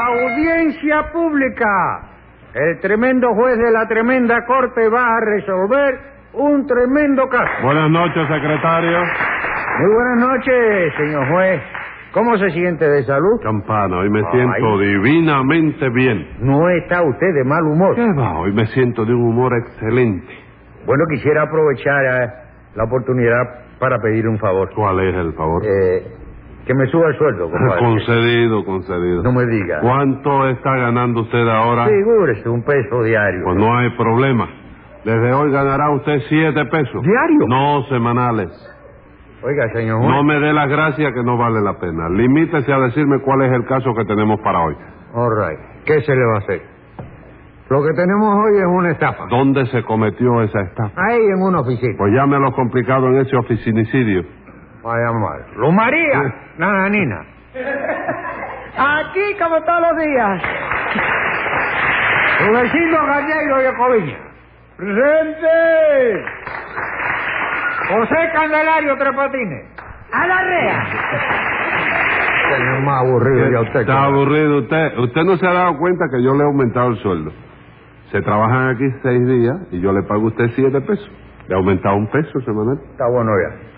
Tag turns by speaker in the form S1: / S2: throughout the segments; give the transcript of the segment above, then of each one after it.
S1: Audiencia pública. El tremendo juez de la tremenda corte va a resolver un tremendo caso.
S2: Buenas noches, secretario.
S1: Muy buenas noches, señor juez. ¿Cómo se siente de salud?
S2: Campana, hoy me
S1: Ay.
S2: siento divinamente bien.
S1: No está usted de mal humor.
S2: ¿Qué va? Hoy me siento de un humor excelente.
S1: Bueno, quisiera aprovechar eh, la oportunidad para pedir un favor.
S2: ¿Cuál es el favor?
S1: Eh, que me suba el sueldo, compadre.
S2: concedido, concedido.
S1: No me diga.
S2: ¿Cuánto está ganando usted ahora?
S1: Figúrese, un peso diario.
S2: Pues no hay problema. Desde hoy ganará usted siete pesos.
S1: ¿Diario?
S2: No semanales.
S1: Oiga, señor juez.
S2: No me dé las gracias que no vale la pena. Limítese a decirme cuál es el caso que tenemos para hoy.
S1: All right. ¿Qué se le va a hacer? Lo que tenemos hoy es una estafa.
S2: ¿Dónde se cometió esa estafa?
S1: Ahí en una oficina.
S2: Pues llámelo complicado en ese oficinicidio.
S1: Vaya mal. ¡Lo María! Nada, Nina.
S3: Aquí como todos los días.
S1: Su vecino Galleiro de Coviña.
S3: ¡Presente!
S1: José Candelario Tres Patines.
S3: ¡A la rea!
S1: Señor más aburrido ya usted.
S2: Está
S1: cabrón.
S2: aburrido usted. Usted no se ha dado cuenta que yo le he aumentado el sueldo. Se trabajan aquí seis días y yo le pago a usted siete pesos. Le he aumentado un peso semanal.
S1: Está bueno ya.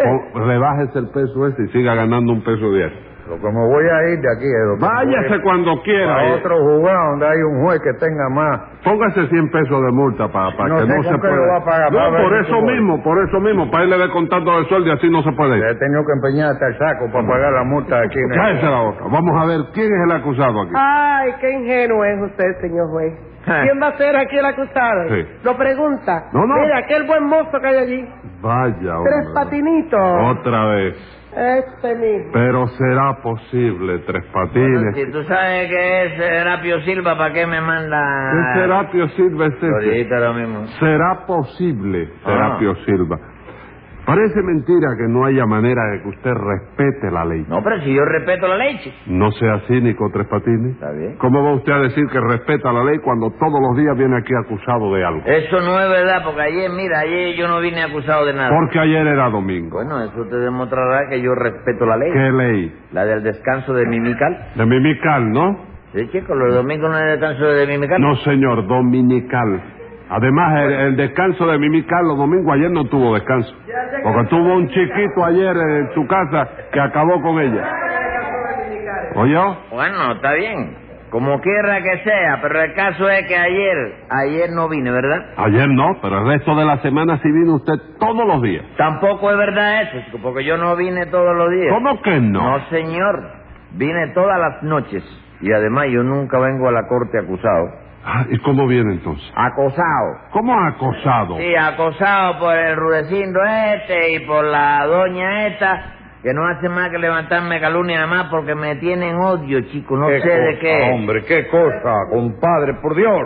S2: O rebájese el peso ese y siga ganando un peso diario.
S1: Lo que me voy a ir de aquí es... lo que me
S2: Váyase
S1: voy
S2: cuando
S1: a ir
S2: quiera.
S1: a
S2: eh.
S1: otro juzgado donde hay un juez que tenga más.
S2: Póngase 100 pesos de multa para
S1: No
S2: que
S1: sé
S2: no
S1: con
S2: se
S1: qué
S2: pueda.
S1: lo va a pagar,
S2: no,
S1: va a ver
S2: por
S1: si
S2: eso
S1: tú vas.
S2: mismo, por eso mismo. Para irle descontando el sueldo y así no se puede ir.
S1: Le he tenido que empeñar hasta el saco para pagar la multa aquí. en el-
S2: Cállese la boca. Vamos a ver quién es el acusado aquí.
S3: Ay, qué ingenuo es usted, señor juez.
S1: Ah.
S3: ¿Quién va a ser aquí el acusado?
S2: Sí.
S3: Lo pregunta.
S2: No, no.
S3: Mira, aquel buen mozo que hay allí.
S2: Vaya, hombre.
S3: Tres patinitos.
S2: Otra vez.
S3: Este mismo.
S2: Pero será posible, Tres Patines.
S4: Si tú sabes que es Serapio Silva, ¿para qué me manda?
S2: ¿Qué Serapio Silva es ese?
S4: Ahorita lo Ah. mismo.
S2: Será posible, Serapio Silva. Parece mentira que no haya manera de que usted respete la ley.
S4: No, pero si yo respeto la leche.
S2: No sea cínico, Tres Patines.
S4: Está bien.
S2: ¿Cómo va usted a decir que respeta la ley cuando todos los días viene aquí acusado de algo?
S4: Eso no es verdad, porque ayer, mira, ayer yo no vine acusado de nada.
S2: Porque ayer era domingo.
S4: Bueno, eso te demostrará que yo respeto la ley.
S2: ¿Qué ley?
S4: La del descanso de Mimical.
S2: De mimical, ¿no?
S4: Sí, chico, los domingos no hay descanso de Mimical.
S2: No, señor, dominical. Además, el, el descanso de Mimical los domingos ayer no tuvo descanso. Porque tuvo un chiquito ayer en su casa que acabó con ella. ¿Oyó?
S4: Bueno, está bien. Como quiera que sea, pero el caso es que ayer, ayer no vine, ¿verdad?
S2: Ayer no, pero el resto de la semana sí vino usted todos los días.
S4: Tampoco es verdad eso, chico, porque yo no vine todos los días.
S2: ¿Cómo que no?
S4: No, señor. Vine todas las noches. Y además yo nunca vengo a la corte acusado.
S2: Ah, ¿Y cómo viene entonces?
S4: Acosado.
S2: ¿Cómo acosado?
S4: Sí, acosado por el rudecindo este y por la doña esta, que no hace más que levantarme calumnia nada más porque me tienen odio, chico. No sé de qué.
S1: Hombre, qué cosa, compadre, por Dios.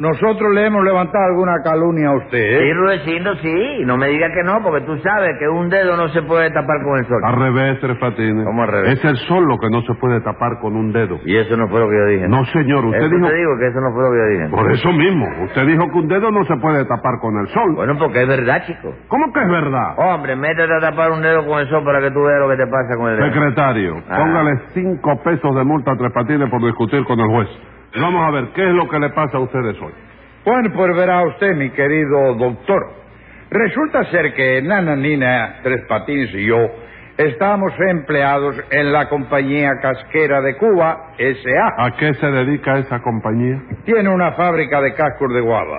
S1: Nosotros le hemos levantado alguna calumnia a usted,
S4: Sí,
S1: ¿eh?
S4: rudecindo, sí. No me digas que no, porque tú sabes que un dedo no se puede tapar con el sol.
S2: Al revés, Tres Patines.
S4: ¿Cómo al revés?
S2: Es el sol lo que no se puede tapar con un dedo.
S4: Y eso no fue lo que yo dije.
S2: No, señor, usted
S4: Eso
S2: dijo...
S4: te digo que eso no fue lo que yo dije.
S2: Por eso mismo. Usted dijo que un dedo no se puede tapar con el sol.
S4: Bueno, porque es verdad, chico.
S2: ¿Cómo que es verdad?
S4: Hombre, métete a tapar un dedo con el sol para que tú veas lo que te pasa con el dedo.
S2: Secretario,
S4: Ah.
S2: póngale cinco pesos de multa a Tres Patines por discutir con el juez. Y Vamos a ver, ¿qué es lo que le pasa a ustedes hoy?
S1: Bueno, pues verá usted, mi querido doctor. Resulta ser que Nana Nina, Tres Patines y yo estábamos empleados en la compañía casquera de Cuba, S.A.
S2: ¿A qué se dedica esa compañía?
S1: Tiene una fábrica de cascos de guava.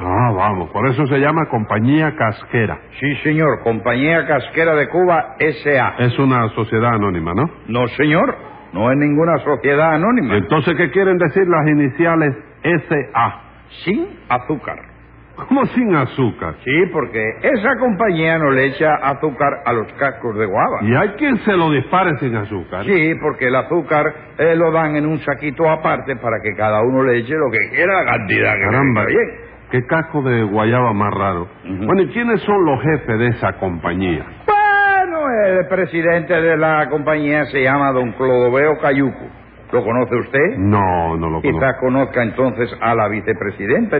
S2: Ah, vamos, por eso se llama compañía casquera.
S1: Sí, señor, compañía casquera de Cuba, S.A.
S2: Es una sociedad anónima, ¿no?
S1: No, señor, no es ninguna sociedad anónima.
S2: Entonces, ¿qué quieren decir las iniciales SA?
S1: Sin azúcar.
S2: ¿Cómo sin azúcar?
S1: Sí, porque esa compañía no le echa azúcar a los cascos de guava.
S2: ¿Y hay quien se lo dispare sin azúcar?
S1: Sí, porque el azúcar eh, lo dan en un saquito aparte para que cada uno le eche lo que quiera, la cantidad que
S2: Caramba,
S1: le caiga bien.
S2: qué casco de guayaba más raro.
S1: Ujú.
S2: Bueno, ¿y quiénes son los jefes de esa compañía?
S1: Bueno, el presidente de la compañía se llama don Clodoveo Cayuco. ¿Lo conoce usted?
S2: No, no lo conozco.
S1: Quizás conozca entonces a la vicepresidenta.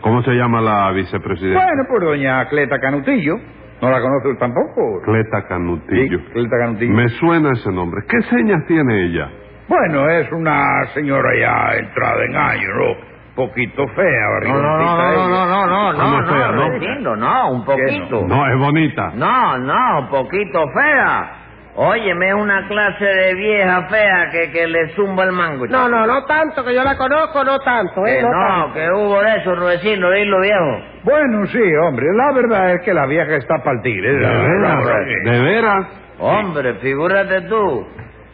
S2: ¿Cómo se llama la vicepresidenta?
S1: Bueno, pues doña Cleta Canutillo. ¿No la conoce tampoco?
S2: Cleta
S1: Sí,
S2: Canutillo.
S1: Cleta Canutillo.
S2: Me suena ese nombre. ¿Qué señas tiene ella?
S1: Bueno, es una señora ya entrada en año, ¿no? Poquito fea,
S4: No, no, no, no, no,
S1: barrigoncita
S4: no,
S1: ella.
S4: no, no,
S2: ¿Cómo
S4: no,
S2: fea, no?
S4: Rudecindo, no, un poquito.
S2: No, es bonita.
S4: No, no, poquito fea. Óyeme, es una clase de vieja fea que, que le zumba el mango.
S3: No, no, no tanto, que yo la conozco, no tanto, ¿eh?
S4: Que
S3: tanto.
S4: no, que hubo de eso, Rudecindo, dilo viejo.
S1: Bueno, sí, hombre, la verdad es que la vieja está para el tigre.
S2: ¿De
S1: la verdad,
S2: veras?
S1: hombre.
S2: ¿De veras?
S4: Hombre, figúrate tú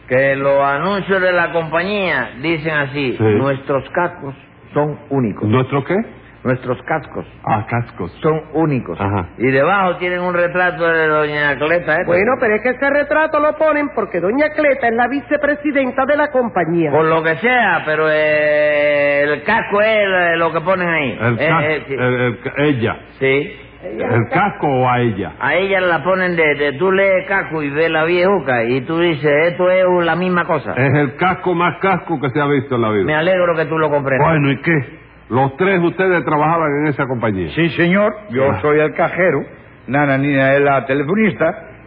S4: que los anuncios de la compañía dicen así,
S2: Sí.
S4: nuestros cascos son únicos.
S2: ¿Nuestro qué?
S4: Nuestros cascos
S2: Ah, cascos.
S4: son únicos.
S2: Ajá.
S4: Y debajo tienen un retrato de doña Cleta. ¿eh?
S3: Bueno, pero es que ese retrato lo ponen porque Doña Cleta es la vicepresidenta de la compañía.
S4: Por lo que sea, pero eh, el casco es eh, lo que ponen ahí.
S2: El
S4: Eh,
S2: cas-
S4: eh, sí.
S2: el- el ca- ella.
S4: Sí.
S2: ¿El casco o a ella?
S4: A ella la ponen de, de- tú lees casco y ves la viejuca y tú dices, esto es la misma cosa.
S2: Es el casco más casco que se ha visto en la
S4: Me
S2: vida.
S4: alegro que tú lo comprendas.
S2: Bueno, ¿y qué? Los tres ustedes trabajaban en esa compañía.
S1: Sí, señor, yo
S2: Ah.
S1: soy el cajero, Nana Nina es la telefonista,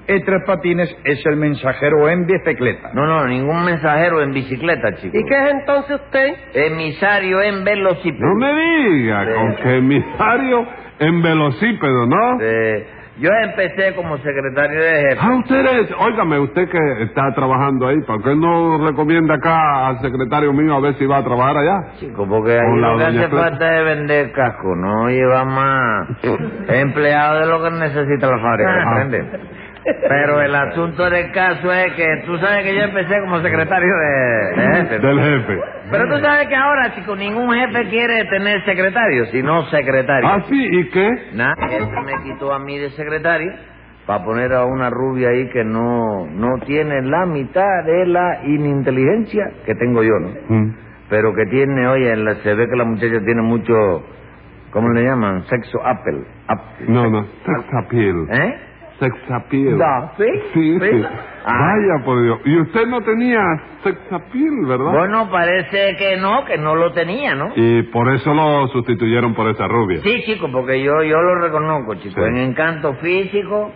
S1: y Tres Patines es el mensajero en bicicleta.
S4: No, no, ningún mensajero en bicicleta, chico.
S3: ¿Y qué es entonces usted?
S4: Emisario en velocípedo.
S2: No me diga,
S4: Sí.
S2: con que emisario en velocípedo, ¿no?
S4: Eh, yo empecé como secretario de jefe.
S2: Ah, ustedes, óigame, usted que está trabajando ahí, ¿por qué no recomienda acá al secretario mío a ver si va a trabajar allá?
S4: Chico, porque ahí
S2: Con la
S4: lo que
S2: doña
S4: hace
S2: Clara.
S4: falta es vender casco, no lleva más empleados de lo que necesita la fábrica,
S2: Ajá.
S4: ¿entiendes? Pero el asunto del caso es que tú sabes que yo empecé como secretario de, de jefe. ¿no?
S2: Del jefe.
S4: Pero tú sabes que ahora, chico, ningún jefe quiere tener secretario, sino secretario.
S2: Ah, sí, ¿y qué?
S4: Nada, él me quitó a mí de secretario para poner a una rubia ahí que no, no tiene la mitad de la ininteligencia que tengo yo, ¿no?
S2: Mm.
S4: Pero que tiene, oye, la- se ve que la muchacha tiene mucho, ¿cómo le llaman? Sexo apple. apple.
S2: No, no, sexapiel.
S4: ¿Eh?
S2: Sexapiel.
S4: Da, ¿sí?
S2: Sí, sí.
S4: Ah,
S2: Vaya por Dios. Y usted no tenía sexapiel, ¿verdad?
S4: bueno, parece que no, que no lo tenía, ¿no?
S2: Y por eso lo sustituyeron por esa rubia.
S4: Sí, chico, porque yo, yo lo reconozco, chico.
S2: Sí.
S4: En encanto físico,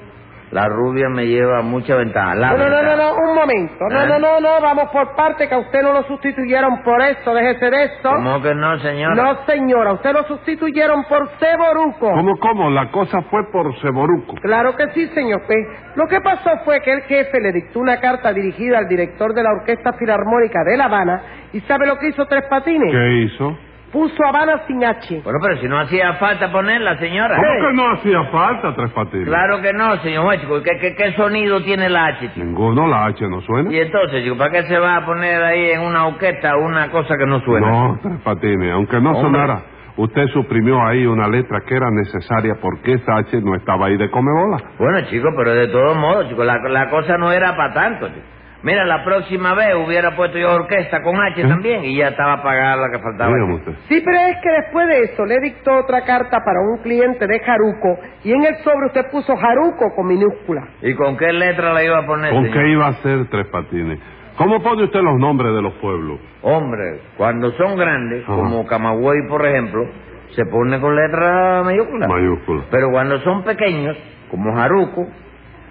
S4: la rubia me lleva mucha ventaja. la
S3: No, no, no,
S4: ventaja.
S3: no, no, un momento. No,
S4: ¿Eh?
S3: no, no, no, vamos por parte, que a usted no lo sustituyeron por eso, déjese de eso.
S4: ¿Cómo que no, señora?
S3: No, señora, usted lo sustituyeron por Ceboruco.
S2: ¿Cómo, cómo? La cosa fue por Ceboruco.
S3: Claro que sí, señor P. Lo que pasó fue que el jefe le dictó una carta dirigida al director de la Orquesta Filarmónica de La Habana y ¿sabe lo que hizo Tres Patines?
S2: ¿Qué hizo?
S3: Puso Habana sin H.
S4: Bueno, pero si no hacía falta ponerla, señora.
S2: ¿Cómo que no hacía falta tres patines?
S4: Claro que no, señor juez, chico. ¿Qué, qué, qué sonido tiene la H, chico?
S2: Ninguno, la H no suena.
S4: Y entonces, chico, ¿para qué se va a poner ahí en una orquesta una cosa que no suena?
S2: No, tres patines, aunque no
S4: Hombre.
S2: sonara. Usted suprimió ahí una letra que era necesaria porque esa H no estaba ahí de comebola.
S4: Bueno, chico, pero de todos modos, chico, la, la cosa no era para tanto, chico. Mira, la próxima vez hubiera puesto yo orquesta con H
S2: ¿Eh?
S4: también y ya estaba pagada la que faltaba.
S2: Dígame
S4: chico.
S2: usted.
S3: Sí, pero es que después de eso le dictó otra carta para un cliente de Jaruco y en el sobre usted puso Jaruco con minúscula.
S4: ¿Y con qué letra la iba a poner,
S2: ¿Con
S4: señor?
S2: qué iba a ser tres patines? ¿Cómo pone usted los nombres de los pueblos?
S4: Hombre, cuando son grandes,
S2: Ajá.
S4: como Camagüey, por ejemplo, se pone con letra mayúscula.
S2: Mayúscula.
S4: Pero cuando son pequeños, como Jaruco,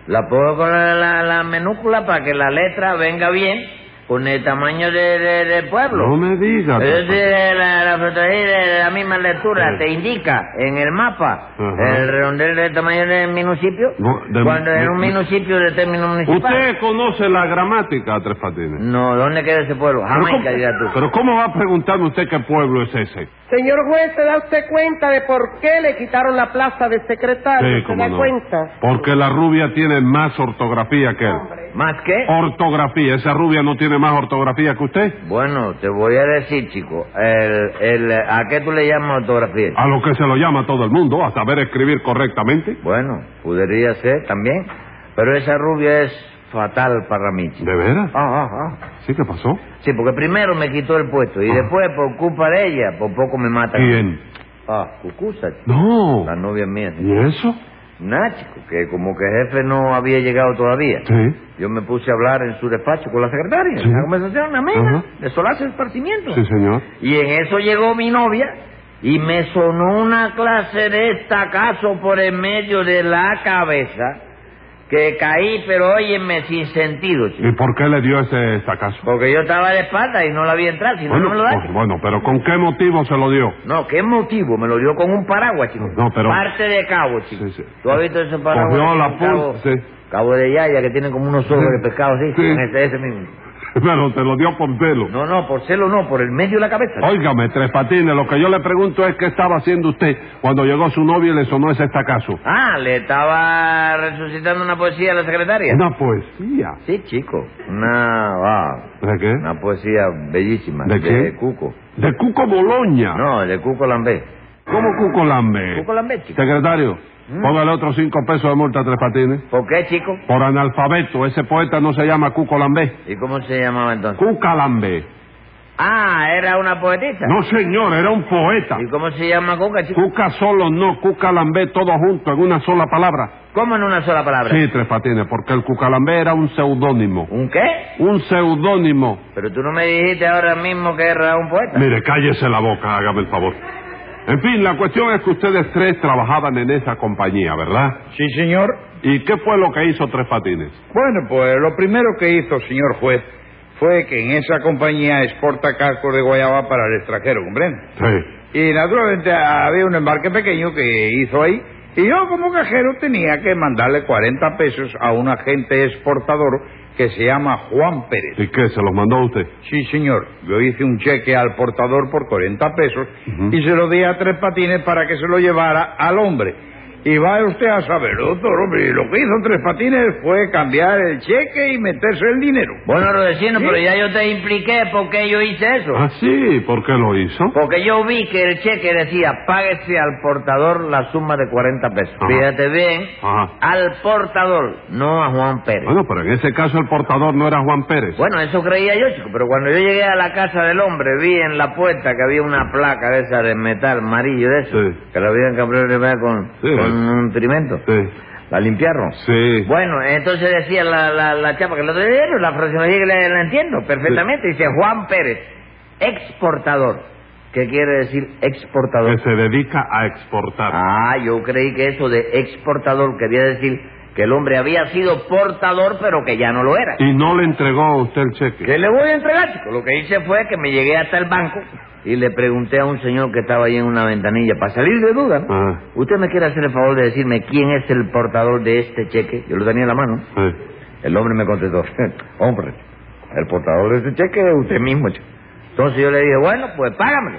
S4: la pongo con la, la- la minúscula para que la letra venga bien con el tamaño de- de- del pueblo. Eh,
S2: No me diga. Tres
S4: Es decir, la, la fotografía de la misma lectura
S2: Sí.
S4: te indica en el mapa
S2: Ajá.
S4: el redondel del tamaño del municipio
S2: No, de-
S4: cuando
S2: de-
S4: en un
S2: de-
S4: municipio de término municipal.
S2: ¿Usted conoce la gramática, Tres Patines?
S4: No, ¿dónde queda ese pueblo?
S2: ¿Pero,
S4: Jamaica,
S2: cómo,
S4: diga tú.
S2: pero ¿cómo va a preguntarme usted qué pueblo es ese?
S3: Señor juez, ¿se da usted cuenta de por qué le quitaron la plaza de secretario? Ah, ¿Se
S2: cómo
S3: da cuenta?
S2: Porque la rubia tiene más ortografía que él.
S4: ¿Más qué?
S2: Ah. Ortografía. ¿Esa rubia no tiene más ortografía que usted?
S4: Bueno, te voy a decir, chico, el, el, ¿a qué tú le llamas ortografía?
S2: A lo que se lo llama todo el mundo, a saber escribir correctamente.
S4: Bueno, podría ser también, pero esa rubia es fatal para mí, chico.
S2: ¿De veras?
S4: Ah, ah, ah.
S2: ¿Sí que pasó?
S4: Sí, porque primero me quitó el puesto y
S2: Ah.
S4: después, por culpa de ella, por poco me mata.
S2: ¿Quién?
S4: Ah, Cucusa, chico,
S2: Eh, No.
S4: la novia mía. chico.
S2: ¿Y eso?
S4: Nada, chico, que como que jefe no había llegado todavía.
S2: Sí.
S4: Yo me puse a hablar en su despacho con la secretaria,
S2: Sí.
S4: una conversación amena,
S2: Ajá.
S4: de solaz esparcimiento.
S2: Sí, señor.
S4: Y en eso llegó mi novia y me sonó una clase de estacazo por el medio de la cabeza que caí, pero óyeme, sin sentido, chico.
S2: ¿Y por qué le dio ese sacazo?
S4: Porque yo estaba de espalda y no la vi entrar, si no, no me lo da.
S2: pues, bueno, pero ¿con qué motivo se lo dio?
S4: No, ¿qué motivo? Me lo dio con un paraguas, chico.
S2: No, pero-
S4: Parte de cabo, chico.
S2: Sí, sí.
S4: ¿Tú has visto esos paraguas?
S2: Cogió
S4: que
S2: la
S4: tienen cabo,
S2: punta, sí.
S4: cabo de yaya que tienen como unos ojos
S2: Sí.
S4: de pescado, sí,
S2: Sí.
S4: con ese, ese mismo.
S2: Pero te lo dio con pelo.
S4: No, no, por celo no, por el medio de la cabeza. chico.
S2: Óigame, Tres Patines, lo que yo le pregunto es qué estaba haciendo usted cuando llegó su novia y le sonó ese estacazo.
S4: Ah, le estaba resucitando una poesía a la secretaria.
S2: Una poesía.
S4: Sí, chico. Una, va,
S2: ¿De qué?
S4: una poesía bellísima.
S2: ¿De qué?
S4: Cuco.
S2: De Cuco Boloña.
S4: No, de Cuco Lambé.
S2: ¿Cómo Cuco Lambe?
S4: Cuco ¿Mm? Lambé, chico.
S2: Secretario, póngale otros cinco pesos de multa a Tres Patines.
S4: ¿Por qué, chico?
S2: Por analfabeto, ese poeta no se llama Cuco Lambé.
S4: ¿Y cómo se llamaba entonces?
S2: Cuca Lambé.
S4: Ah, era una poetisa.
S2: No, señor, era un poeta.
S4: ¿Y cómo se llama Cuca, chico?
S2: Cuca solo no, Cuca Lambé todo junto, en una sola palabra.
S4: ¿Cómo en una sola palabra?
S2: Sí, Tres Patines, porque el Cuca Lambé era un seudónimo.
S4: ¿Un qué?
S2: Un seudónimo.
S4: Pero tú no me dijiste ahora mismo que era un poeta.
S2: Mire, cállese la boca, hágame el favor. En fin, la cuestión es que ustedes tres trabajaban en esa compañía, ¿verdad?
S1: Sí, señor.
S2: ¿Y qué fue lo que hizo Tres Patines?
S1: Bueno, pues lo primero que hizo, señor juez, fue que en esa compañía exporta cascos de guayaba para el extranjero, ¿comprende?
S2: Sí.
S1: Y naturalmente había un embarque pequeño que hizo ahí. Y yo como cajero tenía que mandarle 40 pesos a un agente exportador que se llama Juan Pérez.
S2: ¿Y qué? ¿Se los mandó a usted?
S1: Sí, señor. Yo hice un cheque al portador por 40 pesos
S2: Ujú.
S1: y se lo di a Tres Patines para que se lo llevara al hombre. Y vaya usted a saber, doctor, hombre, lo que hizo Tres Patines fue cambiar el cheque y meterse el dinero.
S4: Bueno, Rodecino,
S1: Sí.
S4: pero ya yo te impliqué por qué yo hice eso.
S2: Ah, sí, ¿por qué lo hizo?
S4: Porque yo vi que el cheque decía, páguese al portador la suma de 40 pesos.
S2: Ajá.
S4: Fíjate bien,
S2: Ajá.
S4: al portador, no a Juan Pérez.
S2: Bueno, pero en ese caso el portador no era Juan Pérez.
S4: Bueno, eso creía yo, chico, pero cuando yo llegué a la casa del hombre, vi en la puerta que había una placa de esa de metal amarillo de eso,
S2: Sí.
S4: que la habían cambiado de verdad con,
S2: Sí.
S4: con un trimento.
S2: Sí.
S4: La limpiaron.
S2: Sí.
S4: Bueno, entonces decía la, la, la chapa que lo dieron, la fraseología que la, la entiendo perfectamente, dice Juan Pérez, exportador. ¿Qué quiere decir
S2: Que
S4: exportador?
S2: se dedica a exportar.
S4: Ah, yo creí que eso de exportador quería decir que el hombre había sido portador, pero que ya no lo era.
S2: Y no le entregó a usted el cheque.
S4: ¿Qué le voy a entregar, chico? Lo que hice fue que me llegué hasta el banco y le pregunté a un señor que estaba ahí en una ventanilla para salir de duda. ¿no?
S2: Ah,
S4: ¿Usted me quiere hacer el favor de decirme quién es el portador de este cheque? Yo lo tenía en la mano.
S2: sí.
S4: El hombre me contestó, hombre, el portador de ese cheque es usted mismo. chico". Entonces yo le dije, bueno, pues págamelo.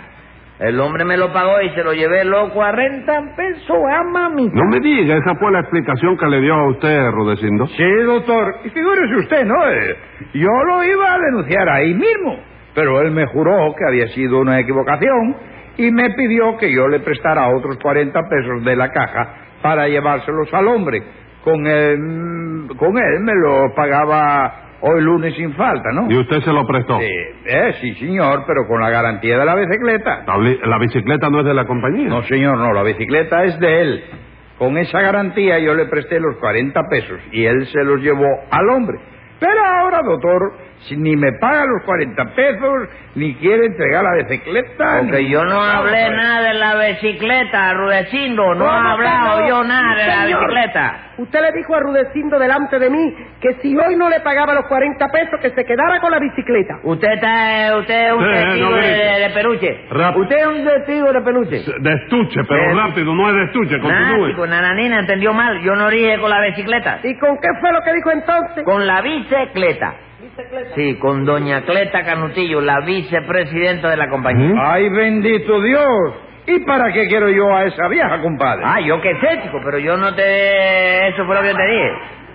S4: El hombre me lo pagó y se lo llevé los 40 pesos a mami.
S2: No me diga, esa fue la explicación que le dio a usted, Rudecindo.
S1: Sí, doctor. Y figúrese usted, ¿no? Eh, Yo lo iba a denunciar ahí mismo. Pero él me juró que había sido una equivocación y me pidió que yo le prestara otros 40 pesos de la caja para llevárselos al hombre. Con él, mm, con él me lo pagaba hoy lunes sin falta, ¿no?
S2: Y usted se lo prestó.
S1: Eh, eh, sí, señor, pero con la garantía de la bicicleta.
S2: La, bli- la bicicleta no es de la compañía.
S1: No, señor, no, la bicicleta es de él. Con esa garantía yo le presté los 40 pesos y él se los llevó al hombre. Pero ahora, doctor, si ni me paga los 40 pesos, ni quiere entregar la bicicleta.
S4: Porque
S1: ni-
S4: yo no pues. hablé nada de la bicicleta, Rudecindo. No he hablado yo nada de la
S3: Señor,
S4: bicicleta.
S3: Usted le dijo a Rudecindo delante de mí que si hoy no le pagaba los 40 pesos, que se quedara con la bicicleta.
S4: Usted está, eh, usted es un
S2: Sí,
S4: testigo
S2: no
S4: de,
S2: grite.
S4: de peluche.
S2: Rápido.
S4: Usted es un testigo de peluche.
S2: De estuche, pero
S4: Sí.
S2: rápido, no es de estuche,
S4: Nah, chico,
S2: continúe.
S4: nananina, entendió mal. Yo no dije con la bicicleta.
S3: ¿Y con qué fue lo que dijo entonces?
S4: Con la bicicleta. Sí, con doña Cleta Canutillo, la vicepresidenta de la compañía.
S2: ¿Mm?
S1: ¡Ay, bendito Dios! ¿Y para qué quiero yo a esa vieja, compadre?
S4: Ah, yo qué sé, chico, pero yo no te... Eso fue lo que yo te dije.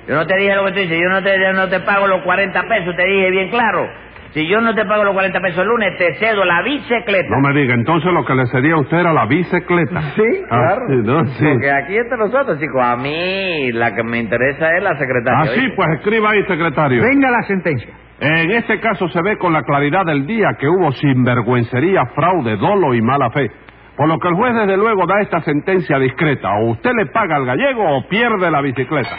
S4: Yo no te dije lo que tú dices, yo no te, yo no te pago los 40 pesos, te dije bien claro. Si yo no te pago los 40 pesos el lunes, te cedo la bicicleta.
S2: No me diga, entonces lo que le cedía a usted era la bicicleta.
S1: Sí,
S2: Ah,
S1: claro.
S2: sí, no, sí.
S4: Porque aquí entre nosotros, chico, a mí la que me interesa es la secretaria.
S2: Ah, sí,
S4: ¿oíste?
S2: pues escriba ahí, secretario.
S5: Venga la sentencia.
S2: En este caso se ve con la claridad del día que hubo sinvergüencería, fraude, dolo y mala fe. Por lo que el juez desde luego da esta sentencia discreta. O usted le paga al gallego o pierde la bicicleta.